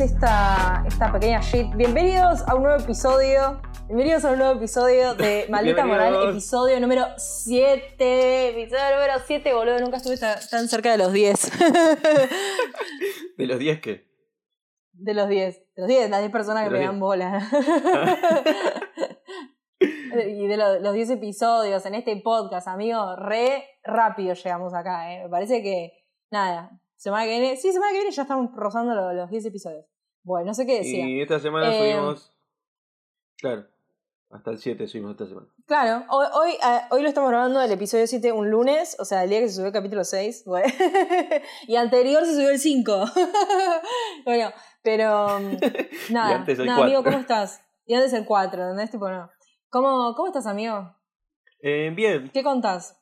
esta, esta pequeña shit. Bienvenidos a un nuevo episodio. Bienvenidos a un nuevo episodio de Maldita Moral, Bienvenidos. episodio número 7. Episodio número 7, boludo. Nunca estuve tan, tan cerca de los 10. ¿De los 10 qué? de los 10. De los 10, las 10 personas que De me los dan bola. y de lo- los 10 episodios en este podcast, amigo, re rápido llegamos acá, ¿eh? Me parece que, nada, semana que viene, sí, semana que viene ya estamos rozando lo- los 10 episodios. Bueno, no sé qué decía. Y esta semana Eh, subimos. Claro. Hasta el 7 subimos esta semana. Claro, hoy, hoy, ah, hoy lo estamos grabando el episodio 7 un lunes, o sea, el día que se subió el capítulo 6, güey. y anterior se subió el 5. bueno, pero mm, nada, Y antes el nada amigo, cuatro. ¿cómo estás? Y antes el 4, ¿entendés? Tipo, no. ¿Cómo, ¿Cómo estás, amigo? Eh, bien, ¿Qué contás?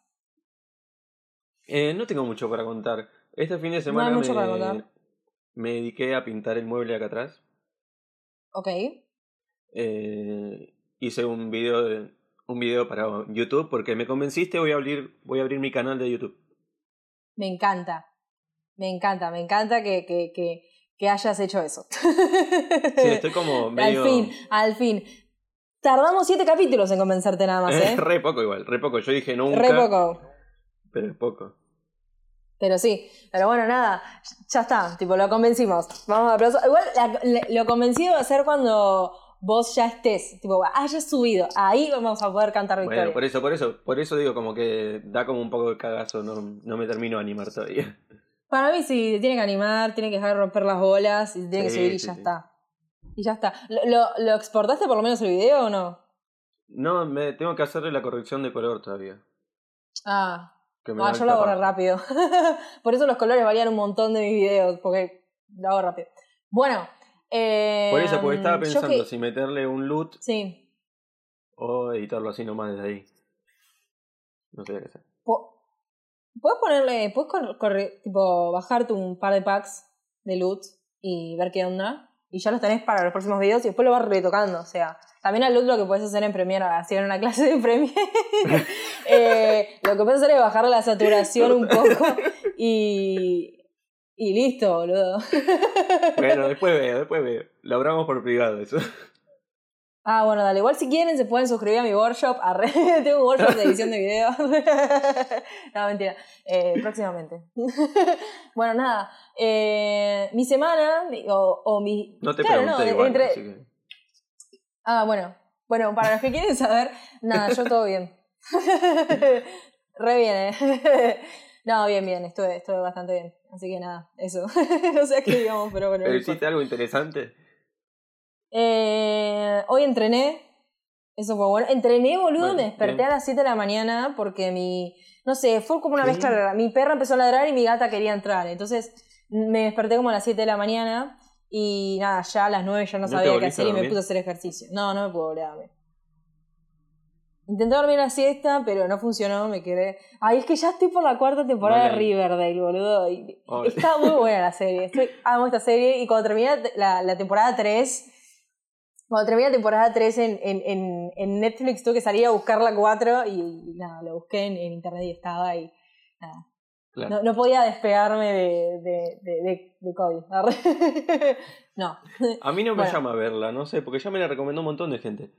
eh, no tengo mucho para contar. Este fin de semana mucho me, para contar. me dediqué a pintar el mueble acá atrás. Ok, Eh, hice un video de- un video para YouTube porque me convenciste, voy a abrir, voy a abrir mi canal de YouTube. me encanta, me encanta, me encanta que, que, que, que hayas hecho eso. Sí, estoy como medio. Al fin, al fin. Tardamos 7 capítulos en convencerte nada más, ¿eh? re poco igual, re poco. Yo dije nunca, Re poco. pero es poco. Pero sí, pero bueno, nada, ya está, tipo, lo convencimos. Vamos a aplauso. Igual la- le- lo convencido va a ser cuando vos ya estés, tipo, hayas subido. Ahí vamos a poder cantar victoria. Bueno, por eso, por eso, por eso digo como que da como un poco de cagazo, no, no me termino de animar todavía. Para mí sí, te tiene que animar, tiene que dejar de romper las bolas, y te tiene que Sí, subir y sí, ya sí. está. Y ya está. ¿Lo, lo, lo exportaste por lo menos el video o no? No, me tengo que hacerle la corrección de color todavía. Ah, Que me ah, da yo lo el hago re trabajo. rápido. por eso los colores varían un montón de mis videos, porque lo hago rápido. Bueno, eh, Por eso, porque estaba yo que- pensando si meterle un loot Sí. o editarlo así nomás desde ahí. No sé qué hacer. Po- ¿Puedes ponerle, puedes cor- corre- tipo, bajarte un par de packs de loot y ver qué onda? Y ya los tenés para los próximos videos y después lo vas retocando. O sea, también al loot lo que puedes hacer en Premiere, hacer una clase de Premiere, eh, lo que puedes hacer es bajar la saturación un poco y, y listo, boludo. Bueno, después veo, después veo. Lo hablamos por privado eso. Ah, bueno, dale. Igual si quieren se pueden suscribir a mi workshop. Arre, tengo un workshop de edición de video. no, mentira. Eh, próximamente. bueno, nada. Eh, mi semana, o, o mi... No te Claro, pregunté de- igual. entre- así que- Ah, bueno. Bueno, para los que quieren saber, nada, yo todo bien. Re bien, ¿eh? no, bien, bien. Estuve, estuve bastante bien. Así que nada, eso. no sé a qué digamos, pero bueno. Pero no importa. hiciste algo interesante. Eh, hoy entrené. Eso fue bueno. Entrené, boludo, Bueno, me desperté bien. a las 7 de la mañana porque mi. No sé, fue como una ¿Qué? mezcla. rara. Mi perra empezó a ladrar y mi gata quería entrar. Entonces me desperté como a las 7 de la mañana y nada, ya a las 9 ya no, ¿No te sabía qué volviste hacer a y me dormir? puse a hacer ejercicio. No, no me puedo volver a dormir. Intenté dormir la siesta, pero no funcionó, me quedé. Ay, es que ya estoy por la cuarta temporada No de la vi. Riverdale, boludo. y- Ay. está muy buena la serie. Estoy, amo esta serie. Y cuando termina la, la temporada 3, cuando termina la temporada 3 en, en, en, en Netflix, tuve que salir a buscar la 4 y nada, lo busqué en, en internet y estaba y nada. Claro. No, no podía despegarme de, de, de, de, de Cody. Arre. no. A mí no me Eh, Bueno. llama a verla, no sé, porque ya me la recomendó un montón de gente.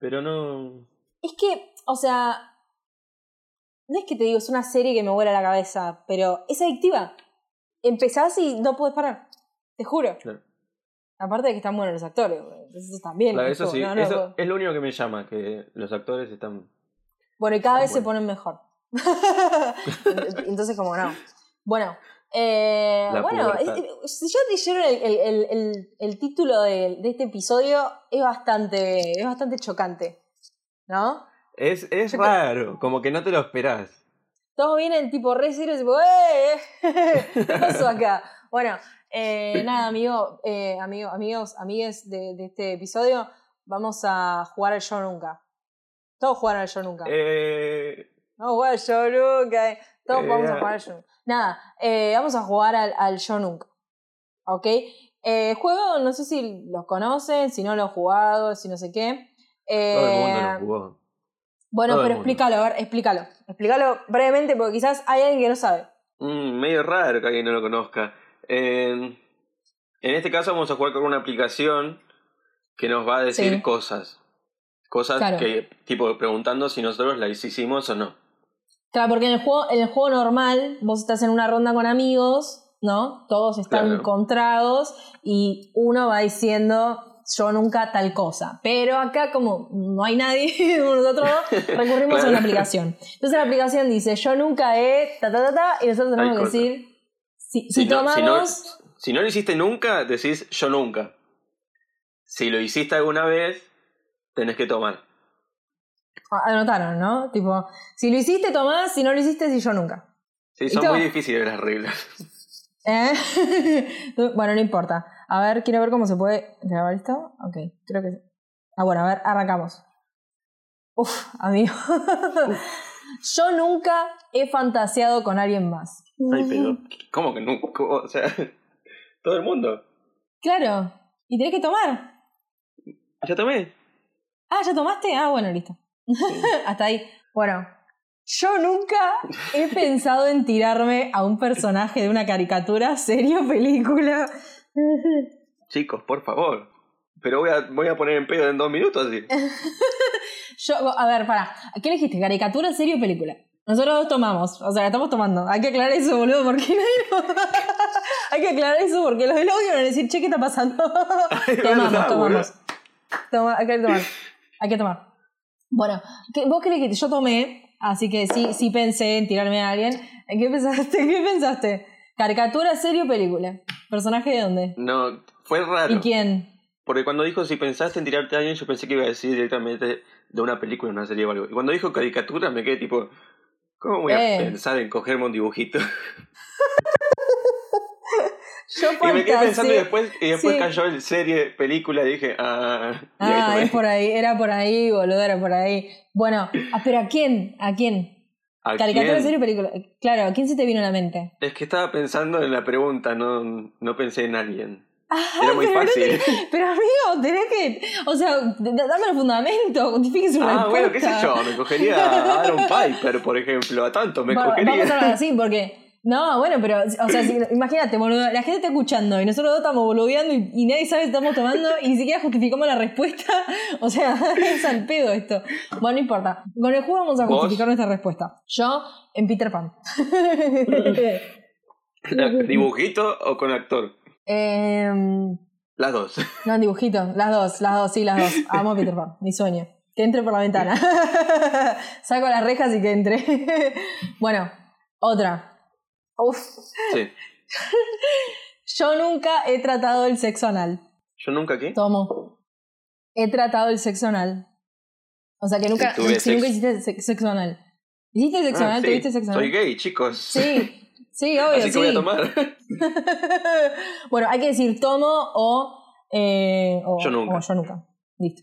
Pero no. Es que, o sea. No es que te digo, es una serie que me vuela la cabeza, pero es adictiva. Empezás y no podés parar. Te juro. Claro. Aparte de que están buenos los actores, güey. eso también. Claro, es eso como, sí, no, pues, no, eso no. es lo único que me llama, que los actores están. Bueno, y cada Están vez se buenos. ponen mejor. Entonces, como no. Bueno. eh, La bueno, pubertad. es- si ya leyeron el, el- el- el- el título de, de este episodio, es bastante, es bastante chocante. ¿No? Es, es Yo creo- raro, como que no te lo esperás. todos vienen tipo re serios, tipo, "Eh, eh, ¿Qué pasó acá? Bueno, eh, nada, amigo, eh, amigo, amigos, amigues de, de este episodio, vamos a jugar al Yo Nunca. Todos jugaron al Yo Nunca. Eh, Vamos a jugar al Yo Nunca. eh. Todos Eh, vamos a jugar al Yo Nunca. Nada, eh, vamos a jugar al, al Yo Nunca. ¿Ok? Eh, juego, no sé si los conocen, si no lo han jugado, si no sé qué. todo el mundo Eh, lo jugó. bueno, Todo el pero mundo. explícalo, a ver, explícalo. Explícalo brevemente porque quizás hay alguien que no sabe. Mm, medio raro que alguien no lo conozca. Eh, En este caso vamos a jugar con una aplicación que nos va a decir Sí. cosas. Cosas Claro. que, tipo, preguntando si nosotros la hicimos o no. Claro, porque en el juego, en el juego normal, vos estás en una ronda con amigos, ¿no? Todos están Claro. encontrados y uno va diciendo yo nunca tal cosa. Pero acá, como no hay nadie, nosotros recurrimos a Claro. una aplicación. Entonces la aplicación dice yo nunca he ta ta ta ta y nosotros tenemos Tal que cosa. decir si, si no- tomamos. si, no, si no lo hiciste nunca, decís yo nunca. Si lo hiciste alguna vez, tenés que tomar. Ah, Anotaron, ¿no? Tipo, si lo hiciste, tomás, si no lo hiciste, si yo nunca. Sí, son Listo. muy difíciles las reglas. ¿Eh? bueno, no importa. A ver, quiero ver cómo se puede grabar esto. Ok, creo que... Ah, bueno, a ver, arrancamos. Uf, amigo. Yo nunca he fantaseado con alguien más. Ay, pero, ¿cómo que nunca? ¿Cómo? O sea, todo el mundo. Claro. ¿Y tenés que tomar? Ya tomé. Ah, ¿ya tomaste? Ah, bueno, listo. Hasta ahí. Bueno, yo nunca he pensado en tirarme a un personaje de una caricatura, serie o película. Chicos, por favor. Pero voy a, voy a poner en pedo en dos minutos así. Yo, a ver, pará. ¿Qué elegiste? ¿Caricatura, serie o película? Nosotros dos tomamos, o sea, estamos tomando. Hay que aclarar eso, boludo, porque nadie nos- Hay que aclarar eso porque los del audio van a decir, che, ¿qué está pasando? tomamos, verdad, tomamos. boludo. Toma, hay que tomar. Hay que tomar. Bueno, ¿qué- ¿vos qué elegiste? Yo tomé, así que sí, sí pensé en tirarme a alguien. ¿En ¿Qué pensaste? ¿Qué pensaste? ¿Caricatura, serie o película? ¿Personaje de dónde? No, fue ¿Y raro. quién? Porque cuando dijo si pensaste en tirarte a alguien, yo pensé que iba a decir directamente de una película, una serie o algo. Y cuando dijo caricatura, me quedé tipo, ¿cómo voy Eh. a pensar en cogerme un dibujito? Yo y me quedé pensando y fantaseé- después, y después Sí. cayó el serie, película, y dije, ah, y ahí Ah, tomé. es por ahí, era por ahí, boludo, era por ahí. Bueno, ah, pero ¿a quién? ¿A quién? ¿A ¿Caricatura, quién? serie o película? Claro, ¿a quién se te vino a la mente? Ah, Es que estaba pensando en la pregunta, no, no pensé en alguien. Era muy pero no fácil. Ah, Pero amigo, tenés que. O sea, d- d- dame el fundamento, justifique su Ah, respuesta. bueno, qué sé yo, me cogería a Aaron Piper, por ejemplo, a tanto me Va- vamos a cogería. hablar así porque. No, bueno, pero, o sea, si- imagínate, boludo, la gente está escuchando y nosotros dos estamos boludeando y, y nadie sabe si estamos tomando y ni siquiera justificamos la respuesta. O sea, es al pedo esto. Bueno, no importa. Con el juego vamos a ¿Vos? justificar nuestra respuesta. Yo, en Peter Pan. ¿Dibujito o con actor? Eh, Las dos. no, en dibujito. Las dos, las dos, sí, las dos. Amo a Peter Pan, mi sueño. Que entre por la ventana. Saco las rejas y que entre. bueno, otra. Uf. Sí. Yo nunca he tratado el sexo anal. Yo nunca qué. Tomo. He tratado el sexo anal. O sea que nunca, Sí, tuve si nunca sexo. hiciste se- sexo anal. ¿Hiciste sexo Ah, anal? sí. ¿Tuviste sexo anal? Soy gay, chicos. Sí, sí, obvio, Así que sí. voy a tomar. bueno, hay que decir tomo o, eh, o- Yo nunca. o yo nunca. Listo.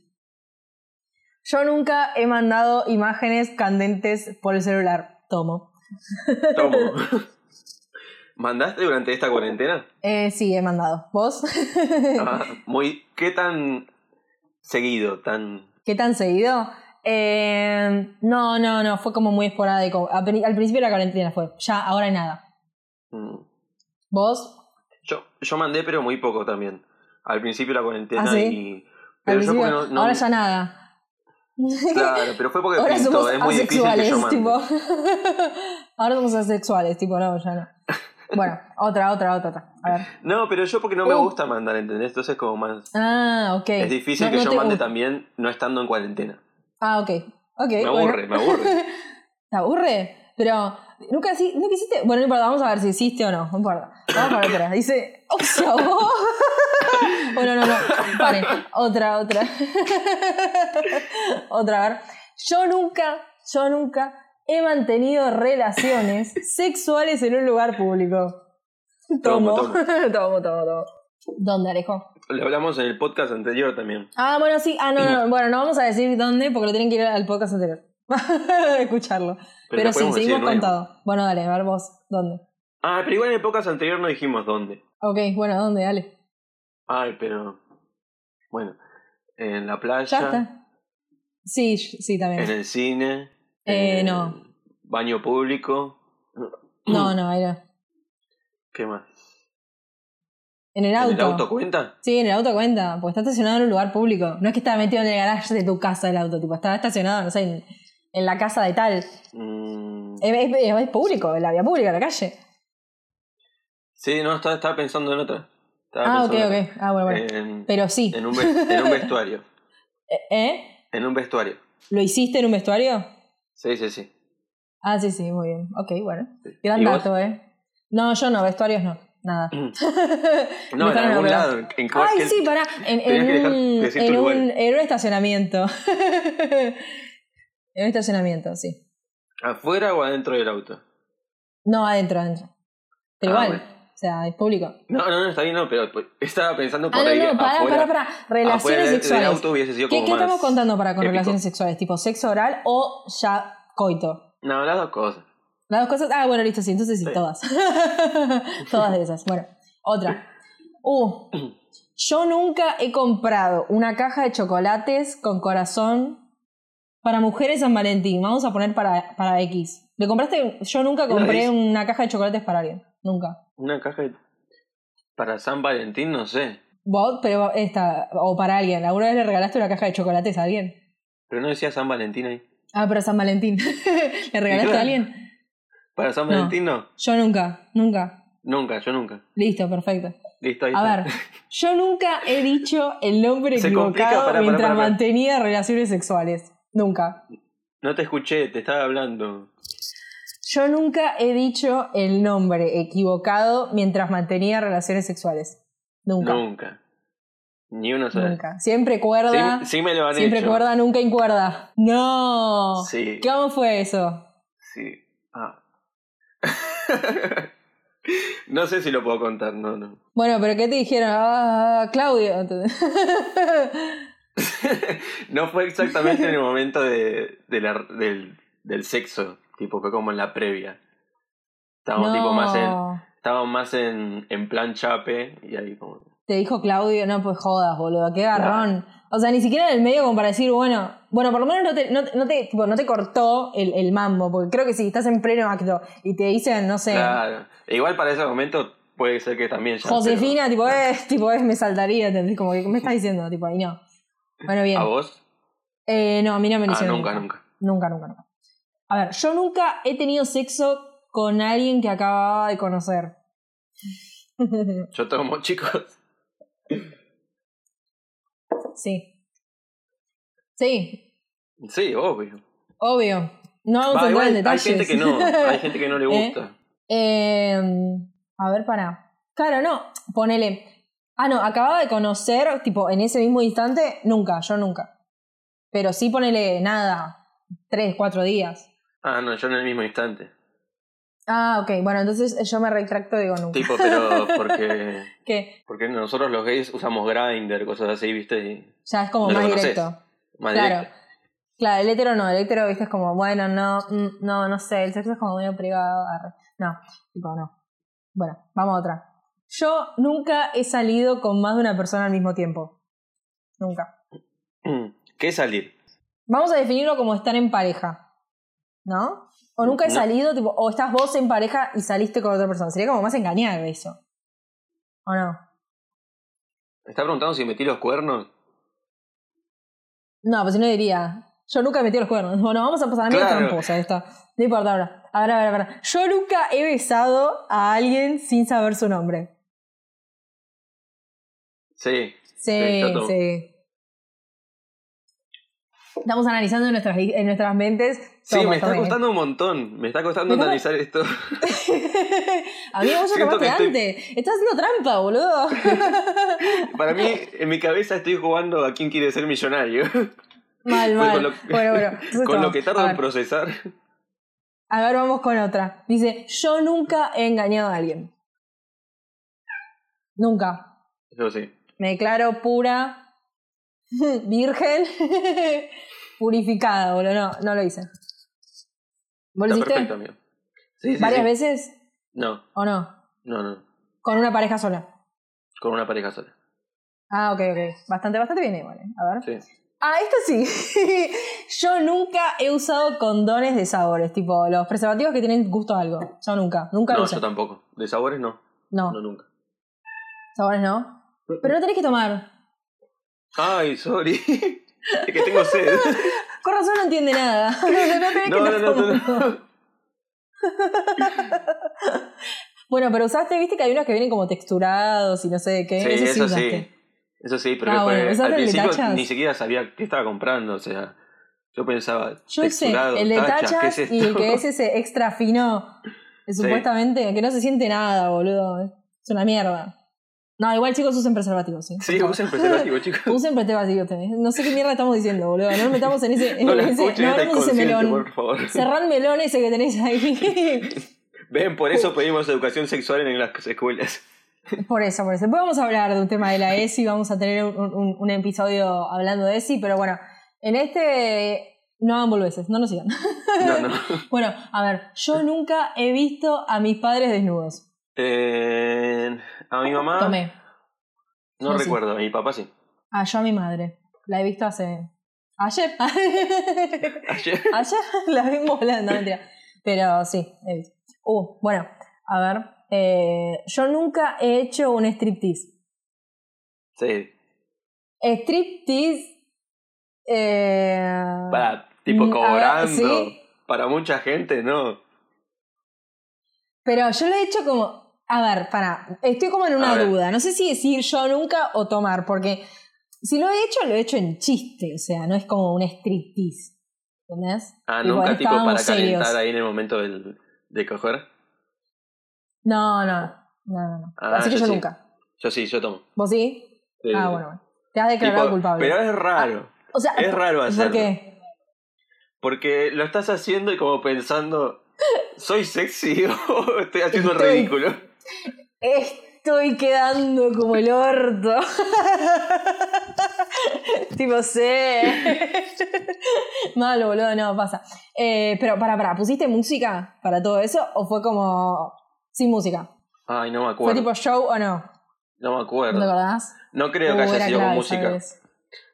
Yo nunca he mandado imágenes candentes por el celular. Tomo. Tomo. ¿Mandaste durante esta cuarentena? Eh, sí, he mandado. ¿Vos? Ah, muy. ¿Qué tan seguido? Tan. ¿Qué tan seguido? Eh, no, no, no, fue como muy esporádico. A pri- Al principio de la cuarentena fue, ya, ahora nada. mm. ¿Vos? Yo, yo mandé, pero muy poco también. Al principio de la cuarentena Ah, ¿sí? y. Al Pero yo principio, porque no, no- ahora ya nada. Claro, pero fue porque ahora pintó, somos es muy difícil asexuales, que yo mande. tipo. ahora somos asexuales, tipo, no, ya no. Bueno, otra, otra, otra, otra. A ver. No, pero yo porque no me Uh. gusta mandar, ¿entendés? Entonces como más... Ah, ok. Es difícil No- que no yo te mande gusta. también no estando en cuarentena. Ah, ok. ok, Me bueno. aburre, me aburre. ¿Te aburre? Pero nunca sí, nunca hiciste. Bueno, no importa, vamos a ver si hiciste o no. No importa. Vamos para otra. Dice, ¡oh, se ahogó! bueno, no, no. Pare. Otra, otra. otra, a ver. Yo nunca, yo nunca he mantenido relaciones sexuales en un lugar público. Tomo, Tomo, tomo, tomo, tomo. ¿Dónde, Alejo? Lo hablamos en el podcast anterior también. Ah, bueno, sí. Ah, no, no, no. Bueno, no vamos a decir dónde porque lo tienen que ir al podcast anterior. Escucharlo. Pero, lo sí, podemos seguimos decir de nuevo. contado. Bueno, dale, a ver vos. ¿Dónde? Ah, pero igual en el podcast anterior no dijimos dónde. Ok, bueno, ¿dónde? Dale. Ay, pero... Bueno, en la ¿Ya playa, está? Sí, sí, en también. el cine, Eh, en no. baño público. No, no, ahí no. ¿Qué más? En el auto. ¿En el auto cuenta? Sí, en el auto cuenta, porque está estacionado en un lugar público. No es que está metido en el garage de tu casa el auto, tipo, está estacionado, no sé, en, en la casa de tal. Es, Mm, es- es- es público, en la vía pública, en la calle. sí, no, estaba, estaba pensando en otra. Estaba Ah, ok, pensando en ok. Ah, bueno, bueno. otra. En, Pero sí. en un ve- en un vestuario. ¿Eh? En un vestuario. ¿Lo hiciste en un vestuario? Sí, sí, sí. Ah, sí, sí, muy bien. Ok, bueno. Sí. Gran ¿Y vos? dato, ¿eh? No, yo no, vestuarios no. Nada. No, en Vestuario algún pero- lado. En, en Ay, cualquier- sí, pará. En, Tenías en que dejar- un, decir tu en, lugar. un, en un estacionamiento. en un estacionamiento, sí. ¿Afuera o adentro del auto? No, adentro, adentro. Pero Ah, igual, bueno. o sea, es público. No, no, no, está bien, no, pero pues, estaba pensando por Ah, no, ahí. no, pará, afuera, pará, pará. afuera Relaciones del- sexuales. Del Ah, pues, auto hubiese sido ¿Qué, como qué más- estamos contando para con épico. relaciones sexuales? ¿Tipo sexo oral o ya coito? No, las dos cosas. Las dos cosas. Ah, bueno, listo, sí, entonces sí, Sí. todas. todas de esas. Bueno, otra. Uh, yo nunca he comprado una caja de chocolates con corazón para mujeres San Valentín. Vamos a poner para, para X. ¿Le compraste? Yo nunca No, compré es- una caja de chocolates para alguien. Nunca. Una caja de- para San Valentín, no sé. Vos, pero esta, o para alguien. ¿Alguna vez le regalaste una caja de chocolates a alguien? Pero no decía San Valentín ahí. Ah, pero San Valentín. ¿Le regalaste claro. a alguien? Para San No. Valentín, no. Yo nunca, nunca. Nunca, yo nunca. Listo, perfecto. Listo, ahí A está. ver, yo nunca he dicho el nombre Se complica, equivocado pará, pará, mientras pará, pará. mantenía relaciones sexuales. Nunca. No te escuché, te estaba hablando. Yo nunca he dicho el nombre equivocado mientras mantenía relaciones sexuales. Nunca. Nunca. Ni una sola. vez. Nunca. Siempre cuerda. Sí, sí me lo han siempre hecho. cuerda, nunca incuerda. No. Sí. ¿Cómo fue eso? Sí. Ah. no sé si lo puedo contar, no, no. Bueno, pero ¿qué te dijeron? Ah, Claudio. No fue exactamente en el momento de, de la- del, del sexo, tipo, fue como en la previa. Estábamos tipo más en. No. Estábamos más en, en plan chape y ahí como. Te dijo Claudio, no, pues jodas, boludo, qué garrón. O sea, ni siquiera en el medio como para decir, bueno, bueno, por lo menos no te, no, te- no te, tipo, no te cortó el, el mambo, porque creo que si estás en pleno acto y te dicen, no sé, Claro. E igual para ese momento puede ser que también ya. Josefina, tipo, eh, tipo, eh, me saltaría, ¿entendés? Como que, ¿qué me estás diciendo? Tipo, ahí no. Bueno, pero- bien. ¿A vos? Eh, no, a mí no me lo Ah, hicieron nunca, nunca. Nunca, nunca, nunca. A ver, yo nunca he tenido sexo con alguien que acababa de conocer. Yo tomo, chicos. sí. Sí, Sí, obvio. obvio. No vamos Va, a entrar en igual hay detalles. gente que no, hay gente que no le ¿Eh? gusta. Eh, a ver, para. Claro, no. Ponele. Ah, no, acababa de conocer, tipo, en ese mismo instante, nunca, yo nunca. Pero sí ponele nada, tres, cuatro días. Ah, no, yo en el mismo instante. Ah, ok, bueno, entonces yo me retracto y digo nunca. Tipo, pero porque. Que Porque nosotros los gays usamos grinder, cosas así, viste, y ya es como No lo más conoces, directo. más Claro. directo. Claro, el hetero no, el hetero, viste, es como, bueno, no, mm, no, no sé, el sexo es como medio privado. arre. No, tipo, no. Bueno, vamos a otra. Yo nunca he salido con más de una persona al mismo tiempo. Nunca. Mm, ¿Qué es salir? Vamos a definirlo como estar en pareja, ¿no? O nunca he No. salido, tipo, o estás vos en pareja y saliste con otra persona. Sería como más engañar eso. ¿O no? ¿Me está preguntando si metí los cuernos? No, pues si no diría. Yo nunca he metido los cuernos. Bueno, vamos a pasar a medio Claro. tramposa esta. No importa ahora. Ahora, ahora, ahora. Yo nunca he besado a alguien sin saber su nombre. Sí. Sí, Sí, yo tomo. sí. Estamos analizando en nuestras, en nuestras mentes. Sí, Somos me está también. costando un montón. Me está costando Me está- analizar esto. Amigo, vos ya Siento que tomaste estoy- antes. Estás haciendo trampa, boludo. Para mí, en mi cabeza estoy jugando a quién quiere ser millonario. mal, Fue con mal. lo- Bueno, bueno. entonces Con lo toma. que a tardo en ver, procesar. a ver, vamos con otra. Dice, yo nunca he engañado a alguien. Nunca. Eso sí. Me declaro pura, virgen, purificada, boludo. No, no lo hice. ¿Vos lo Está hiciste? perfecto, amigo. Sí, sí, ¿Varias sí. veces No, o no? no, no. Con una pareja sola. Con una pareja sola. Ah, ok, ok. Bastante, bastante bien, igual. eh. A ver. Sí. Ah, esto sí. Yo nunca he usado condones de sabores, tipo los preservativos que tienen gusto a algo. Yo nunca, nunca lo No, usé. yo tampoco. De sabores no. Mm, No. No, nunca. Sabores no. Pero no tenés que tomar. Ay, sorry. es que tengo sed. Con razón no entiende nada. No, no, no tenés No, que no, no, tomar. no, no. Bueno, pero usaste, viste que hay unos que vienen como texturados y no sé de qué. Sí, eso sí eso usaste. sí. Eso sí, pero Ah, después, bueno, usaste el al de principio tachas. ni siquiera sabía qué estaba comprando. O sea, yo pensaba, Yo sé, texturado, el de tachas, tachas ¿qué es y el esto? que es ese extra fino, que Sí. supuestamente, que no se siente nada, boludo. Es una mierda. No, igual chicos usen preservativos, sí. Sí, usen preservativo, chicos. Usen preservativos también. No sé qué mierda estamos diciendo, boludo. No nos metamos en ese, No lo en ese- escuchen, no está hablemos de ese inconsciente, melón. por favor. Cerrá el melón ese que tenés ahí. Ven, por eso pedimos educación sexual en las escuelas. Por eso, por eso. Después vamos a hablar de un tema de la ESI, vamos a tener un, un- un episodio hablando de ESI, pero bueno, en este no hagan boludeces, no nos sigan. No, no. Bueno, a ver, yo nunca he visto a mis padres desnudos. Eh, a mi mamá, Tomé. no Sí. recuerdo, a mi papá sí. Ah, yo a mi madre. La he visto hace. Ayer. Ayer. Ayer la vimos volando, mentira. Pero sí, he visto. Uh, bueno, a ver. eh, yo nunca he hecho un striptease. Sí. Striptease. Eh, Para, tipo Mm, a ver, cobrando. sí. Para mucha gente, no. Pero yo lo he hecho como. A ver, para. Estoy como en A una ver. duda. No sé si decir yo nunca o tomar, porque si lo he hecho, lo he hecho en chiste. O sea, no es como un striptease. ¿Entendés? Ah, Tipo, nunca tipo estábamos para calentar serios. ahí en el momento del, de coger. No, no, no. no, no. Ah, Así que yo yo sí. nunca. Yo sí, yo tomo. ¿Vos sí? Sí, sí, Ah, sí. bueno, bueno. Te has Tipo, declarado culpable. Ah. Pero es raro. o sea, es raro hacerlo. ¿por qué? Porque lo estás haciendo y como pensando, ¿soy sexy o estoy haciendo el Estoy- ridículo? Estoy quedando como el orto. tipo, sé. Malo, boludo, no, pasa. Eh, pero, para, para, ¿pusiste música para todo eso o fue como sin música? Ay, no me ¿Fue acuerdo. tipo show o no? No me ¿No te acuerdo. acordás? No creo que Uh, haya era sido con clave, música. ¿sabes?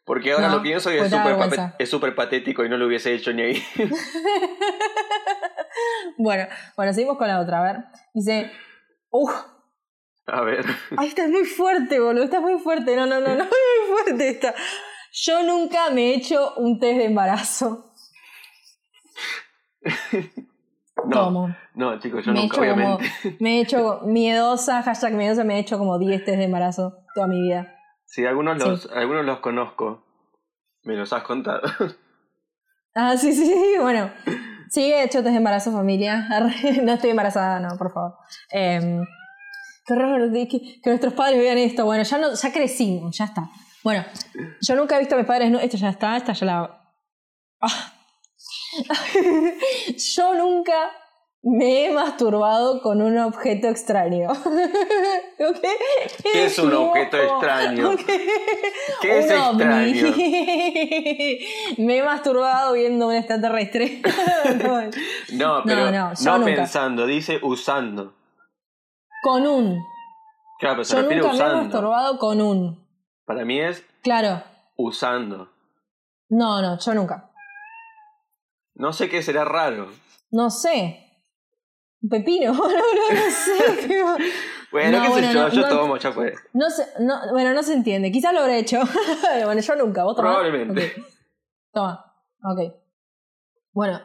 Porque ahora No, lo pienso y pues es te da súper vergüenza. papet- es súper patético y no lo hubiese hecho ni ahí. Bueno, bueno, seguimos con la otra, a ver. Dice, uff, A ver. Ay, esta es muy fuerte, boludo. Esta es muy fuerte. No, no, no, no. Es muy fuerte esta. Yo nunca me he hecho un test de embarazo. No, ¿Cómo? no chicos, yo me he nunca, hecho como. obviamente. Me he hecho miedosa, hashtag miedosa, me he hecho como 10 test de embarazo toda mi vida. Sí, algunos Sí. los, algunos los conozco. Me los has contado. Ah, sí, sí, sí. Bueno. Sí, he hecho test de embarazo, familia. Arre, No estoy embarazada, no, por favor. Em, qué horror de que, que nuestros padres vean esto. Bueno, ya, no, ya crecimos, ya está. Bueno, yo nunca he visto a mis padres. No, esto ya está, esta ya la. Ah. yo nunca me he masturbado con un objeto extraño. ¿Ok? ¿Qué es un objeto extraño? Ok. ¿Qué es Un ovni. extraño? Me he masturbado viendo un extraterrestre. No, No, pero no, no, yo nunca. pensando, dice usando. con un. Claro, pero se Yo refiere nunca a me he usando. masturbado con un. Para mí es Claro. usando. No, no, yo nunca. No sé qué será raro. No sé. Un pepino. No, no, no sé. tipo, Bueno, No, qué sé bueno, yo, no, yo no- tomo, ya fue. no sé no, bueno, no se entiende. Quizás lo habré hecho. bueno, yo nunca. ¿Vos tomás? Probablemente. Ok. Toma. Ok. Bueno.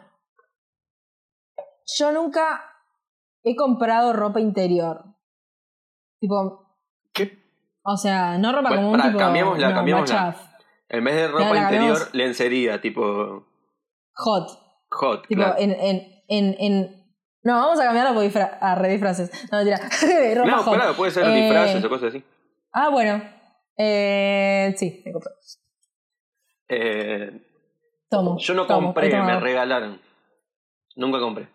Yo nunca he comprado ropa interior. Tipo, ¿Qué? O sea, no ropa Bueno, como un pará, tipo... cambiémosla, no, cambiémosla. machaf, En vez de ropa la interior, cambiamos. lencería, tipo Hot. hot. Tipo, claro. en, en, en, en... No, vamos a cambiarla por disfra- a re disfraces. No, mentira. ropa No, hot. claro, puede ser Eh, disfraces o cosas así. Ah, bueno. Eh, sí, me compré. Eh, Tomo. yo no tomo, compré, he tomado. me regalaron. Nunca compré.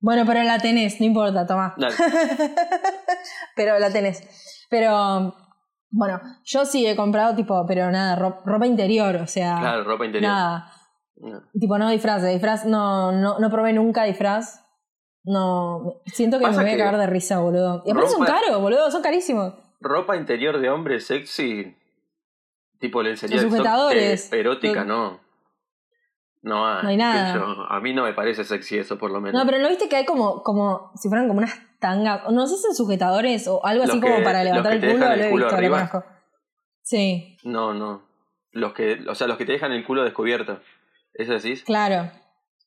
Bueno, pero la tenés, no importa, tomá. Dale. pero la tenés. Pero, bueno, yo sí he comprado tipo, pero nada, ro- ropa interior, o sea, Claro, ropa interior. Mm. nada. No. Tipo, no disfraces, disfraz, no, no, no probé nunca disfraz. No, siento que Pasa me voy a que cagar de risa, boludo. Y aparte son ropa- caros, boludo, son carísimos. Ropa interior de hombre sexy, tipo lencería Los de soft, eh, sujetadores. erótica, Los- no. No hay, No hay nada. qué sé yo. a mí no me parece sexy eso, por lo menos. No, pero ¿no viste que hay como, como si fueran como unas tangas? O No sé si sujetadores o algo Los así que- como para los levantar que el te culo. Lo dejan el he culo visto, lo arriba. conozco. Sí, No, no. Los que, o sea, los que te dejan el culo descubierto. ¿Eso decís? claro.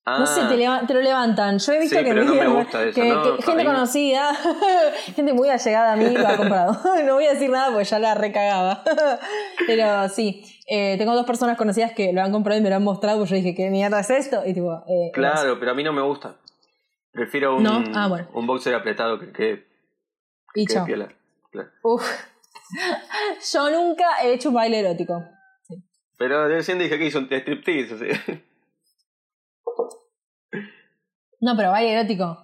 Ah, No sé, te, leva- te lo levantan. Yo he visto Sí, que, pero no me que- gusta eso, que- no, que a gente mí no. conocida, gente muy allegada a mí lo ha comprado. no voy a decir nada porque ya la recagaba. pero sí, eh, tengo dos personas conocidas que lo han comprado y me lo han mostrado. pues Yo dije, ¿qué mierda es esto? Y tipo, eh, Claro, pero a mí no me gusta. Prefiero un, ¿No? Ah, bueno. un boxer apretado que quede, y que chao. piola. Claro. Uf. Yo nunca he hecho un baile erótico. Pero recién dije que hizo un striptease. así. No, pero baile erótico.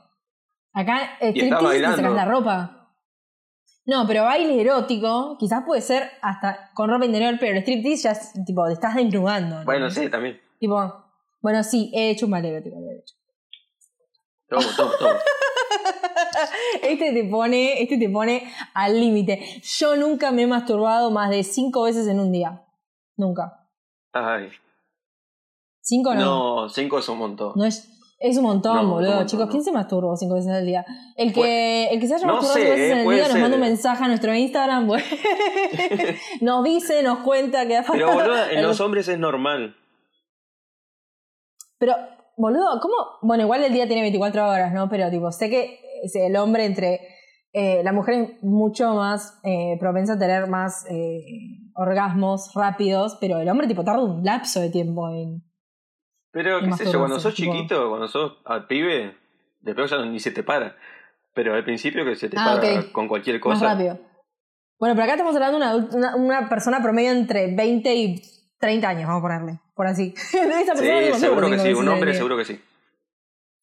Acá eh, Y striptease está te bailando. sacas la ropa. No, pero baile erótico quizás puede ser hasta con ropa interior, pero el striptease ya es, tipo, te estás desnudando. ¿no? Bueno, sí, también. Tipo, bueno, sí, he hecho un baile erótico. de hecho. Tomo, tomo, tomo. Este te pone, este te pone al límite. Yo nunca me he masturbado más de cinco veces en un día. Nunca. Ay. ¿Cinco no? No, cinco es un montón. No es, es un montón, No, es un boludo. montón, Chicos, no. ¿quién se masturba cinco veces al día? El que, el que se haya no masturbado sé, cinco veces eh, al puede día nos manda un ser. mensaje a nuestro Instagram. boludo. nos dice, nos cuenta que ha Pero boludo, en Pero- los hombres es normal. Pero, boludo, ¿cómo? Bueno, igual el día tiene 24 horas, ¿no? Pero, tipo, sé que eh, el hombre entre. eh, la mujer es mucho más eh, propensa a tener más eh, orgasmos rápidos, pero el hombre, tipo, tarda un lapso de tiempo en. Pero, Y qué sé yo, cuando masturbarse, sos tipo- chiquito, cuando sos al pibe, después ya ni se te para. Pero al principio que se te Ah, para ok. con cualquier Más cosa. rápido. Bueno, pero acá estamos hablando de una, adult- una, una persona promedio entre 20 y 30 años, vamos a ponerle, por así. Esa persona Sí, tipo, seguro cinco que sí. veces Un hombre al día. seguro que sí.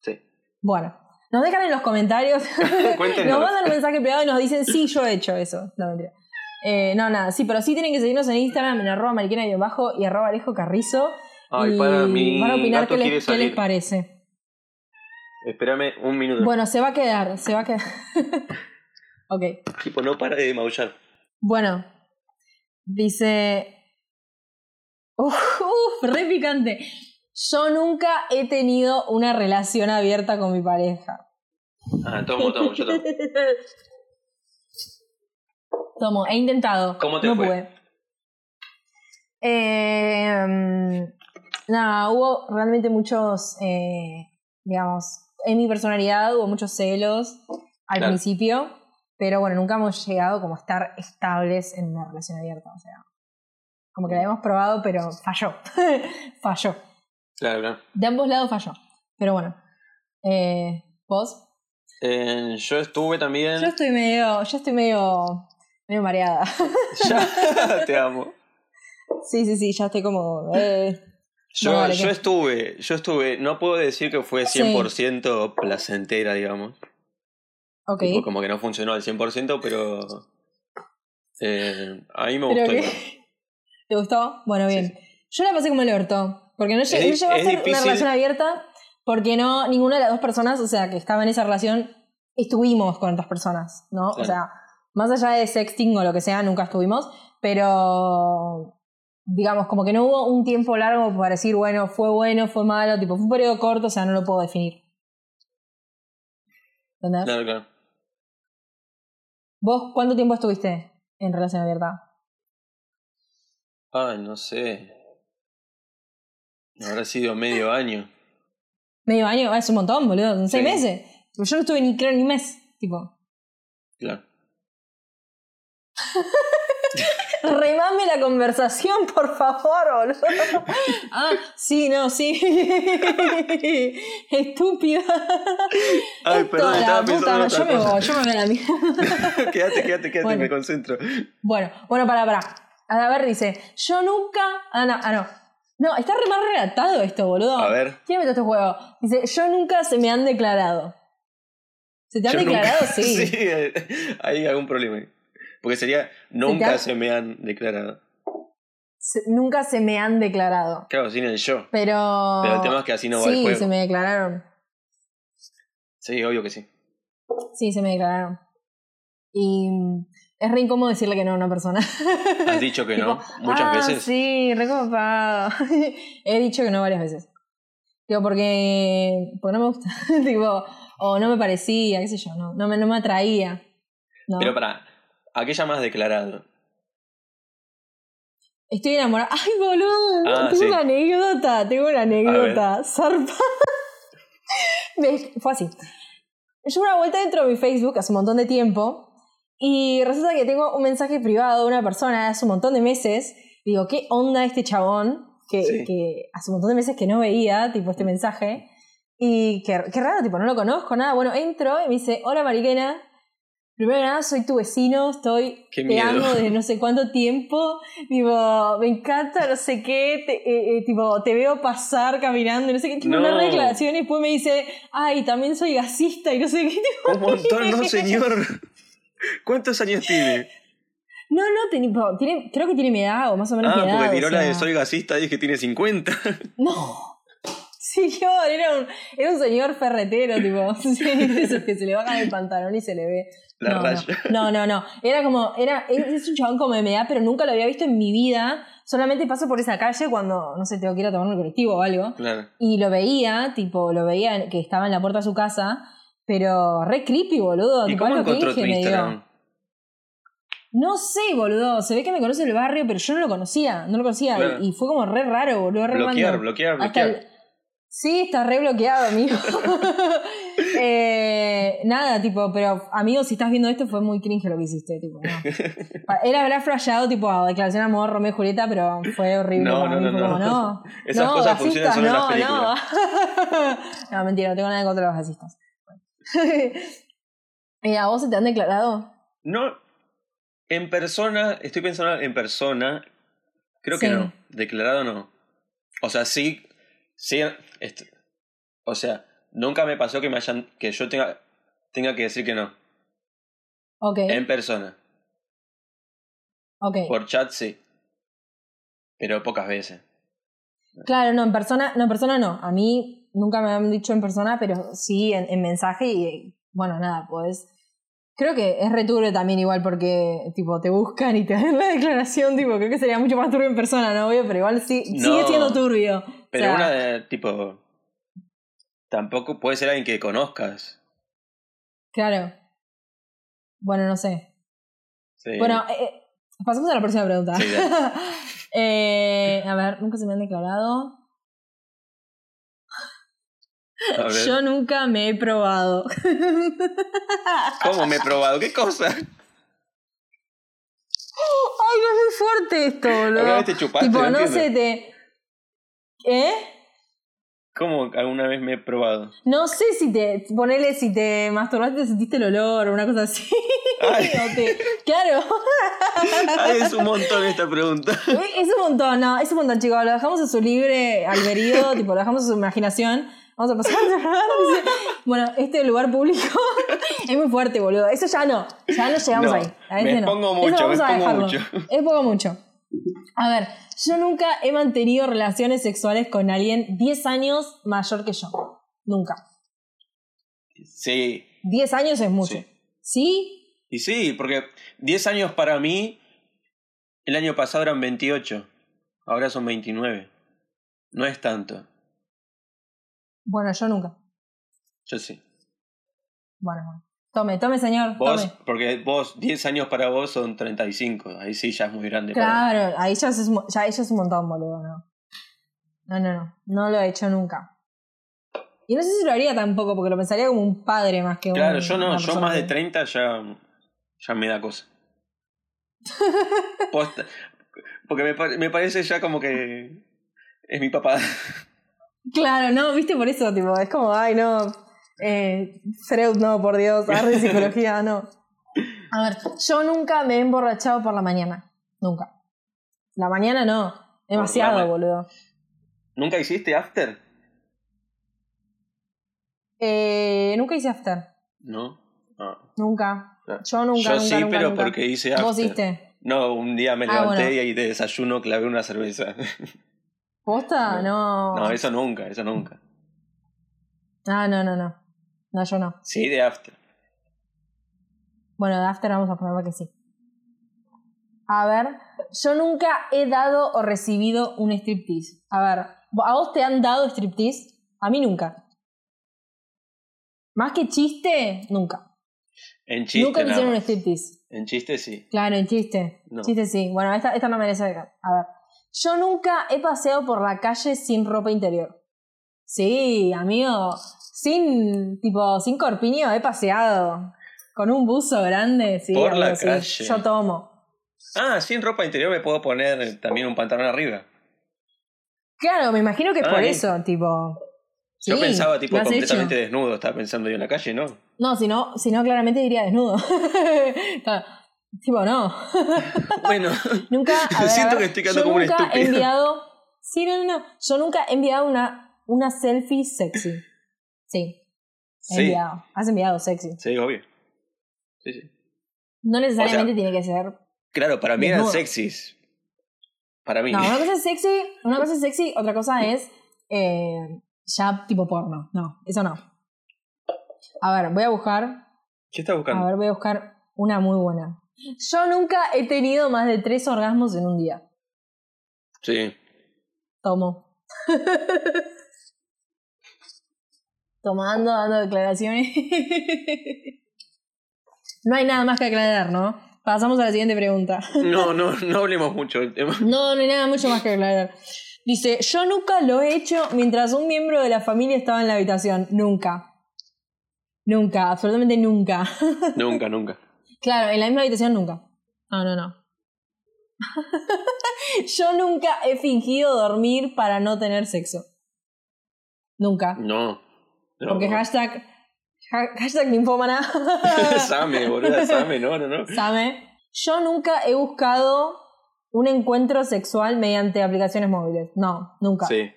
Sí. Bueno, nos dejan en los comentarios, Cuéntenos. nos mandan un mensaje privado y nos dicen, sí, yo he hecho eso. No, mentira. Eh, no, nada, sí, pero sí tienen que seguirnos en Instagram, en arroba mariquina-bajo y arroba alejo carrizo. Ay, y para mí. van a opinar gato qué quiere les, qué les salir. parece. Espérame un minuto. Bueno, se va a quedar, se va a quedar. ok. Tipo, no para de maullar. Bueno, dice. Uf, uf, re picante. Yo nunca he tenido una relación abierta con mi pareja. Ah, tomo, tomo, yo tomo. Tomo, he intentado. ¿Cómo te no fue? pude. Eh, mm, nada, hubo realmente muchos, eh, digamos, en mi personalidad hubo muchos celos al Claro. principio, pero bueno, nunca hemos llegado como a estar estables en una relación abierta. O sea, como que la hemos probado, pero falló. falló. Claro, claro. De ambos lados falló. Pero bueno. Eh, ¿Vos? Eh, yo estuve también. Yo estoy medio. Yo estoy medio. medio mareada. Ya, te amo. Sí, sí, sí, ya estoy como. eh, Yo, No, dale, yo ¿qué? estuve, yo estuve, no puedo decir que fue Sí. 100% placentera, digamos. ok. Tipo, como que no funcionó al 100%, pero eh, a mí me Pero gustó. que- igual. ¿Te gustó? Bueno, Sí, bien. Yo la pasé como el orto. Porque no lle- Es- no llegó a es ser una difícil. relación abierta. Porque no, ninguna de las dos personas, o sea, que estaba en esa relación, estuvimos con otras personas, ¿no? O Claro. sea, más allá de sexting o lo que sea, nunca estuvimos. Pero. Digamos, como que no hubo un tiempo largo para decir, bueno, fue bueno, fue malo, tipo, fue un periodo corto, o sea, no lo puedo definir. ¿Entendés? Claro, claro. ¿Vos cuánto tiempo estuviste en relación abierta? Ah, no sé. Habrá sido medio año. Medio año, ah, es un montón, boludo, son seis Sí. meses. Pero yo no estuve ni creo ni mes, tipo. Claro. Remame la conversación, por favor, boludo. Ah, sí, no, sí. Estúpida. Ay, Esto, perdón, la estaba puta pensando en madre, otra Yo me cosa. voy, yo me voy a la mierda. quédate, quédate, quédate, Bueno. me concentro. Bueno, bueno, pará, pará. A ver, dice, yo nunca. Ah, no, ah, no. No, está re mal relatado esto, boludo. A ver. ¿Quién metió este juego? Dice, yo nunca se me han declarado. ¿Se te han Yo nunca- declarado? sí, eh, hay algún problema. ahí. Porque sería, nunca ha- se me han declarado. se- nunca se me han declarado. Claro, sin el yo. Pero. Pero el tema es que así no va el Sí, juego. se me declararon. Sí, obvio que sí. Sí, se me declararon. Y mm, es re incómodo decirle que no a una persona. Has dicho que no Tipo, muchas "Ah, veces. Sí, recopado. He dicho que no varias veces. Digo, porque, porque no me gusta. tipo, o no me parecía, qué sé yo, no, no, me, no me atraía. ¿no? Pero para, ¿a qué llamas declarado? Estoy enamorada. ¡Ay, boludo! Ah, tengo sí. una anécdota, tengo una anécdota. Zarpa. Me- Fue así. Yo una vuelta dentro de mi Facebook hace un montón de tiempo y resulta que tengo un mensaje privado de una persona hace un montón de meses. Digo, ¿qué onda este chabón? Que, Sí. que hace un montón de meses que no veía, tipo, este mensaje. Y qué, qué raro, tipo, no lo conozco, nada. Bueno, entro y me dice, hola Mariquena, primero que nada, soy tu vecino, estoy, Qué te miedo. amo desde no sé cuánto tiempo, tipo, me encanta, no sé qué, te, eh, eh, tipo, te veo pasar caminando, no sé qué, tipo, una No. declaración y después me dice, ay, también soy gasista y no sé qué, tipo, Un montón, no señor. ¿Cuántos años tiene? no, no, te- tipo, tiene, creo que tiene mi edad o más o menos Ah, mi edad. porque o tiró la sea. de soy gasista, dije que tiene 50. No. Señor, era un, era un señor ferretero, tipo, sí, de esos que se le bajan el pantalón y se le ve. La no, raya. No, no, no, no. Era como, era, es, es un chabón como de mi edad, pero nunca lo había visto en mi vida. Solamente paso por esa calle cuando, no sé, tengo que ir a tomar un colectivo o algo. Claro. Y lo veía, tipo, lo veía en- que estaba en la puerta de su casa, pero re creepy, boludo. ¿Y tipo, cómo algo que encontró dije, tu me dio. Instagram? No sé, boludo. Se ve que me conoce el barrio, pero yo no lo conocía, no lo conocía. Claro. Y, y fue como re raro, boludo, re Bloquear, random. bloquear, Hasta el- bloquear. Sí, está re bloqueado, amigo. Eh, nada, tipo, pero amigo, si estás viendo esto, fue muy cringe lo que hiciste, tipo, no. Pa- Él habrá flasheado, tipo, a declaración de amor, Romeo y Julieta, pero fue horrible. No, para no, mí, no, fue no. como, no. Esas no, cosas funcionan gasistas, solo en las no, películas. No. no, mentira, no tengo nada en contra de los gasistas. Eh, ¿A vos se te han declarado? No, en persona, estoy pensando en persona, creo que Sí. no, declarado no. O sea, sí, sí, est- o sea, nunca me pasó que me hayan, que yo tenga, tenga que decir que no, Ok, en persona. ok. Por chat sí, pero pocas veces. Claro, no, en persona, no, en persona no. A mí nunca me han dicho en persona, pero sí en, en mensaje y bueno, nada, pues. Creo que es returbio también igual porque tipo te buscan y te dan la declaración, tipo, creo que sería mucho más turbio en persona, no obvio, pero igual sí, No. sigue siendo turbio. Pero O sea, una de, tipo, tampoco puede ser alguien que conozcas. Claro. Bueno, no sé. Sí. Bueno, eh, eh, pasemos a la próxima pregunta. Sí, dale. Eh, a ver, nunca se me han declarado. A ver, Yo nunca me he probado. ¿cómo me he probado? ¿Qué cosa? ¡Oh! Ay, no es muy fuerte esto, ¿Alguna boludo. vez te chupaste? tipo, No no entiendo. se te. ¿Eh? ¿Cómo alguna vez me he probado? No sé si te. Ponele, si te masturbaste, te sentiste el olor o una cosa así. Ay. O te- claro. Ay, es un montón esta pregunta. Eh, Es un montón, no, es un montón, chicos. Lo dejamos a su libre albedrío, tipo, lo dejamos a su imaginación. Vamos a pasar otro lugar. Dice, Bueno, este lugar público es muy fuerte, boludo. Eso ya no. Ya no llegamos No, ahí. A me este no. expongo Eso mucho, vamos me a expongo dejarlo. Es poco mucho. A ver, yo nunca he mantenido relaciones sexuales con alguien 10 años mayor que yo. Nunca. Sí, 10 años es mucho. Sí. ¿Sí? y sí, porque 10 años para mí, el año pasado eran 28, ahora son 29. No es tanto, Bueno, yo nunca. yo sí. Bueno, bueno. Tome, tome, señor. Vos, Tome. porque vos, 10 años para vos son 35, ahí sí ya es muy grande. para mí. Claro, ahí ya es, mo- ya, eso es un montón, boludo, ¿no? No, no, no. No lo he hecho nunca. Y no sé si lo haría tampoco, porque lo pensaría como un padre más que Claro, un- yo no, una yo persona más de que- 30 ya, ya me da cosa. Posta. porque me, pa- me parece ya como que es mi papá. Claro, no, viste por eso, tipo, es como, ay, no. Eh, Freud, no, por Dios. Arre psicología, no. A ver, yo nunca me he emborrachado por la mañana. Nunca. La mañana no. Demasiado, Por la ma- boludo. ¿Nunca hiciste after? Eh, nunca hice after. No. Ah. Nunca. Claro. Yo nunca, Yo nunca, sí, nunca, pero nunca. porque hice after. ¿Vos hiciste? No, un día me Ah, levanté bueno. y de desayuno clavé una cerveza. ¿Posta? No. No, eso nunca, eso nunca. Ah, no, no, no. No, yo no. Sí, de after. Bueno, de After vamos a ponerlo que sí. A ver, yo nunca he dado o recibido un striptease. A ver, ¿a vos te han dado striptease? A mí nunca. Más que chiste, nunca. En chiste. nunca me nada hicieron un más. striptease. En chiste sí. Claro, en chiste. No. Chiste sí. Bueno, esta, esta no merece. acá. A ver. Yo nunca he paseado por la calle sin ropa interior. Sí, amigo. Sin, tipo, sin corpiño he paseado. Con un buzo grande, sí. Por la amigo, sí. calle. Yo tomo. Ah, sin ropa interior me puedo poner eh, también un pantalón arriba. Claro, me imagino que es Ah, por bien. eso, tipo. yo sí, pensaba tipo lo has completamente hecho. desnudo, estaba pensando yo en la calle, ¿no? No, si no, si no, claramente diría desnudo. Claro. tipo, no. Bueno, Nunca. a ver, Siento a ver, que estoy quedando yo como un nunca He estúpido. enviado. Sí, no, no, no. Yo nunca he enviado una, una selfie sexy. Sí. He sí, enviado. Has enviado sexy. sí, obvio. Sí, sí. No necesariamente tiene que ser. Claro, para mí eran Desnudo. sexys. Para mí. No, una cosa es sexy, una cosa es sexy, otra cosa es eh, ya tipo porno. No, eso no. A ver, voy a buscar. ¿Qué estás A buscando? ver, voy a buscar una muy buena. Yo nunca he tenido más de tres orgasmos en un día. Sí. Tomo. Tomando, dando declaraciones. No hay nada más que aclarar, ¿no? Pasamos a la siguiente pregunta. No, no, no hablemos mucho del tema. No, no hay nada mucho más que aclarar. Dice, yo nunca lo he hecho mientras un miembro de la familia estaba en la habitación. Nunca. Nunca, absolutamente nunca. Nunca, nunca. Claro, en la misma habitación nunca. No, Ah, no, no. Yo nunca he fingido dormir para no tener sexo. Nunca. No. no. Porque hashtag. ha- Hashtag ninfómana. Same, boludo, same, no, no, no. ¿Sabe? Yo nunca he buscado un encuentro sexual mediante aplicaciones móviles. No, nunca. Sí.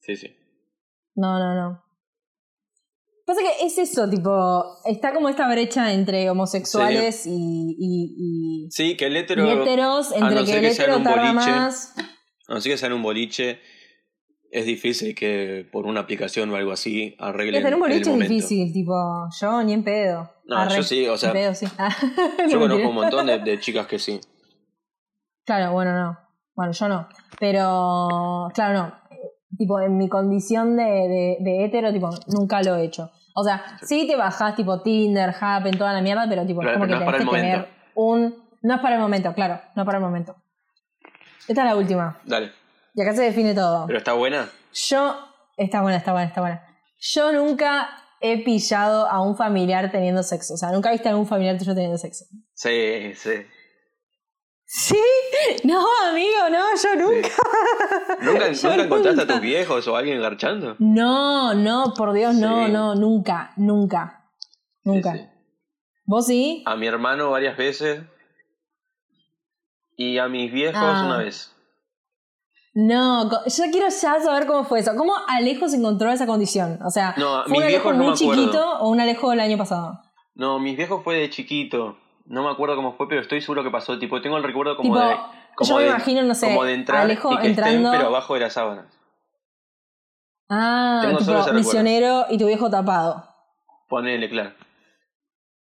Sí, sí. No, no, no. Pasa que es eso, tipo. Está como esta brecha entre homosexuales y- y- y Sí, que el y hétero. héteros, entre no que ser el que sean hétero un tarda boliche. más. A no ser que sea en un boliche, es difícil que por una aplicación o algo así Y arreglen hacer un el boliche es momento. difícil, tipo, yo ni en pedo. No, Arre, yo sí, o sea, en pedo, sí. Ah, Yo no, mentira. conozco un montón de, de chicas que sí. Claro, bueno, no. Bueno, yo no. Pero, claro, no. Tipo, en mi condición de, de, de hétero, tipo, nunca lo he hecho. O sea, sí te bajás, tipo, Tinder, Happen, toda la mierda, pero, tipo, es Claro, como pero que no es tenés que para el tener un... No es para el momento, claro, no es para el momento. Esta es la última. Dale. Y acá se define todo. ¿Pero está buena? Yo. Está buena, está buena, está buena. Yo nunca he pillado a un familiar teniendo sexo. O sea, nunca viste a un familiar tuyo teniendo sexo. Sí, sí. ¿Sí? No, amigo, no, yo nunca. ¿Nunca, Yo nunca encontraste a nunca. tus viejos o a alguien garchando? No, no, por Dios, no, Sí. no, nunca, nunca. Nunca. Sí, sí. ¿Vos sí? A mi hermano varias veces. Y a mis viejos Ah. una vez. No, co- yo quiero ya saber cómo fue eso. ¿Cómo Alejo se encontró esa condición? O sea, No, a ¿fue mis un Alejo viejos no muy me acuerdo. chiquito o un Alejo del año pasado? No, mis viejos fue de chiquito. No me acuerdo cómo fue, pero estoy seguro que pasó. Tipo, tengo el recuerdo como Tipo, de. Como yo me de- imagino, no sé, como de entrar Alejo y que entrando- estén, pero abajo de las sábanas. Ah, Tengo solo ese tipo, recuerdo. misionero y tu viejo tapado. Ponele, claro.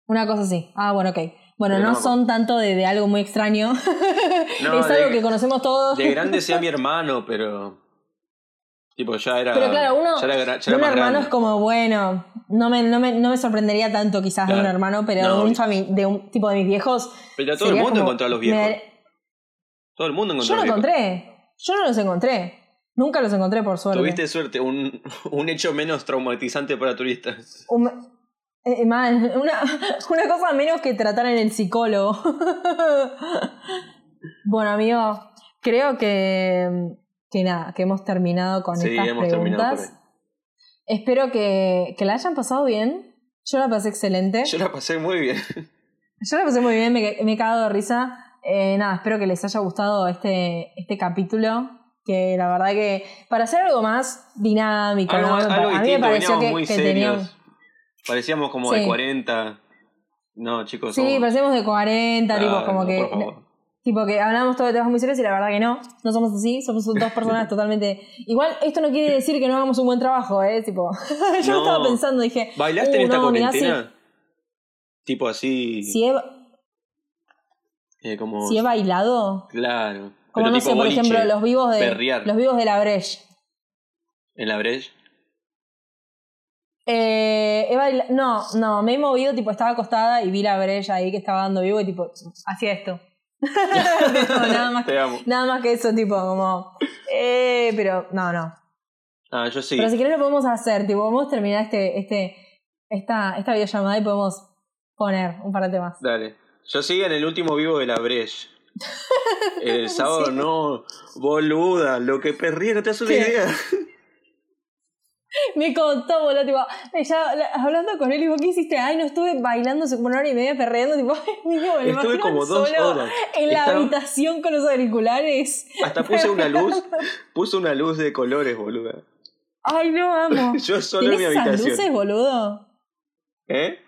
Una cosa así. Ah, bueno, ok. Bueno, no, Pero no me acuerdo. son tanto de, de algo muy extraño. No, es de- algo que conocemos todos. De grande sea mi hermano, pero. Tipo, ya era. Pero claro, uno- Ya era, gra- ya De era un más hermano grande. es como, bueno, no me, no me, no me sorprendería tanto quizás de un Claro. hermano, pero No, de, un obvio. fami- de un tipo de mis viejos. Pero todo el sería mundo como- encontró a los viejos. me- Todo el mundo encontró Yo no a los viejos. encontré. Yo no los encontré. Nunca los encontré, por suerte. Tuviste suerte, un, un hecho menos traumatizante para turistas. Un- eh, eh, mal, una, una cosa menos que tratar en el psicólogo. bueno, amigo, creo que, que nada, que hemos terminado con Sí, estas hemos terminado por preguntas. ahí. Espero que, que la hayan pasado bien. Yo la pasé excelente. Yo la pasé muy bien. Yo la pasé muy bien, me, me he cagado de risa. Eh, nada, espero que les haya gustado este, este capítulo. Que la verdad que para hacer algo más dinámico, Algo, ¿no? más- algo a mí me distinto, pareció veníamos que, muy que serios. teníamos. Parecíamos como Sí. de 40. No, chicos, Sí, somos- parecemos de 40, Ah, tipo, como no, que. por favor. Tipo que hablamos todo de temas muy serios y la verdad que no, no somos así, somos dos personas totalmente. Igual esto no quiere decir que no hagamos un buen trabajo, ¿eh? Tipo, yo No. estaba pensando, dije. ¿Bailaste en "Uh, esta no, mirá, si- cuarentena? Tipo así. Si, he, eh, como. si he bailado, Claro. como pero no tipo sé, por boliche, ejemplo, los vivos de. perrear. Los vivos de la Breche. En la brecha. Eh, he baila- no, no, me he movido, tipo, estaba acostada y vi la Breya ahí que estaba dando vivo y tipo, hacía esto. Tipo, nada, más que, Te amo. nada más que eso, tipo, como. Eh, pero no, no. Ah, yo sí. Pero si querés lo podemos hacer, tipo, podemos terminar este, este, esta, esta videollamada y podemos poner un par de temas. Dale. Yo sí en el último vivo de la Breche. El sábado Sí. no, boluda, lo que perdí, no te haces una Sí. idea. Me contó, boludo, tipo, ella, la- hablando con él, digo, ¿qué hiciste? Ay, no estuve bailando hace como una hora y media perreando, tipo, ay, mío, me Estuve imagino como dos solo horas. En la Estaba- habitación con los auriculares. Hasta puse una luz, puse una luz de colores, boluda. Ay, no, amo. Yo solo en ¿Tenés mi esas habitación. luces, boludo? ¿Eh?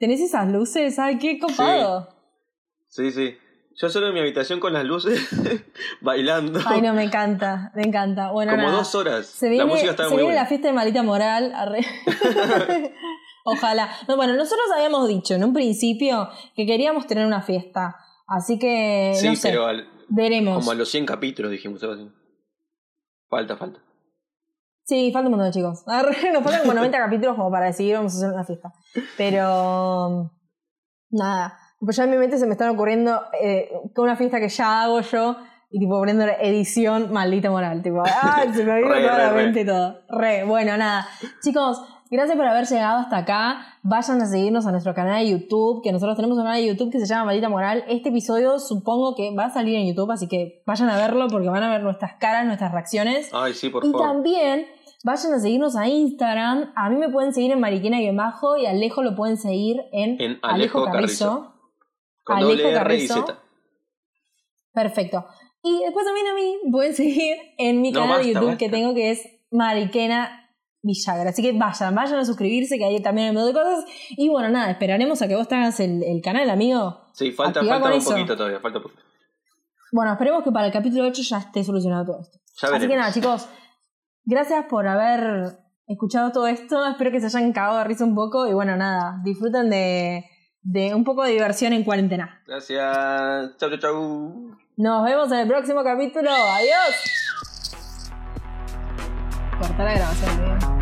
¿Tenés esas luces? Ay, qué copado. Sí, sí. Yo solo en mi habitación con las luces bailando. Ay, no, me encanta, me encanta. Bueno, como nada. dos horas. Se viene, la música estaba se muy viene buena. la fiesta de Malita Moral. arre. Ojalá. No, bueno, nosotros habíamos dicho en un principio que queríamos tener una fiesta. Así que, sí, Eh, no sé, pero al- veremos. como a los 100 capítulos dijimos algo así. Falta, falta. Sí, falta un montón de chicos. Arre, Nos faltan como 90 capítulos como para decidir vamos a hacer una fiesta. Pero nada. Pues ya en mi mente se me están ocurriendo eh, con una fiesta que ya hago yo y tipo poniendo edición maldita moral. Tipo, ¡ay! Se me vino Re, toda re, la re. mente y todo. Re, bueno, nada. Chicos, gracias por haber llegado hasta acá. Vayan a seguirnos a nuestro canal de YouTube, que nosotros tenemos un canal de YouTube que se llama Maldita Moral. Este episodio supongo que va a salir en YouTube, así que vayan a verlo porque van a ver nuestras caras, nuestras reacciones. Ay, sí, por Y favor. también vayan a seguirnos a Instagram. A mí me pueden seguir en Mariquina y en Bajo y a Alejo lo pueden seguir en, En Alejo Con Alejo doble R y Carrizo. Z. Perfecto. Y después también a mí me pueden seguir en mi No, canal de basta, YouTube que basta. tengo que es Mariquena Villagra. Así que vayan, vayan a suscribirse que ahí también hay un montón de cosas. Y bueno, nada, esperaremos a que vos te hagas el, el canal, amigo. Sí, falta, Activa falta con un eso. poquito todavía, falta poquito. Bueno, esperemos que para el capítulo 8 ya esté solucionado todo esto. Ya Así que veremos. nada, chicos, gracias por haber escuchado todo esto. Espero que se hayan cagado de risa un poco. Y bueno, nada, disfruten de, de un poco de diversión en cuarentena. Gracias. Chau, chau, chau. Nos vemos en el próximo capítulo. Adiós. Cortar la grabación, ¿eh? amigo.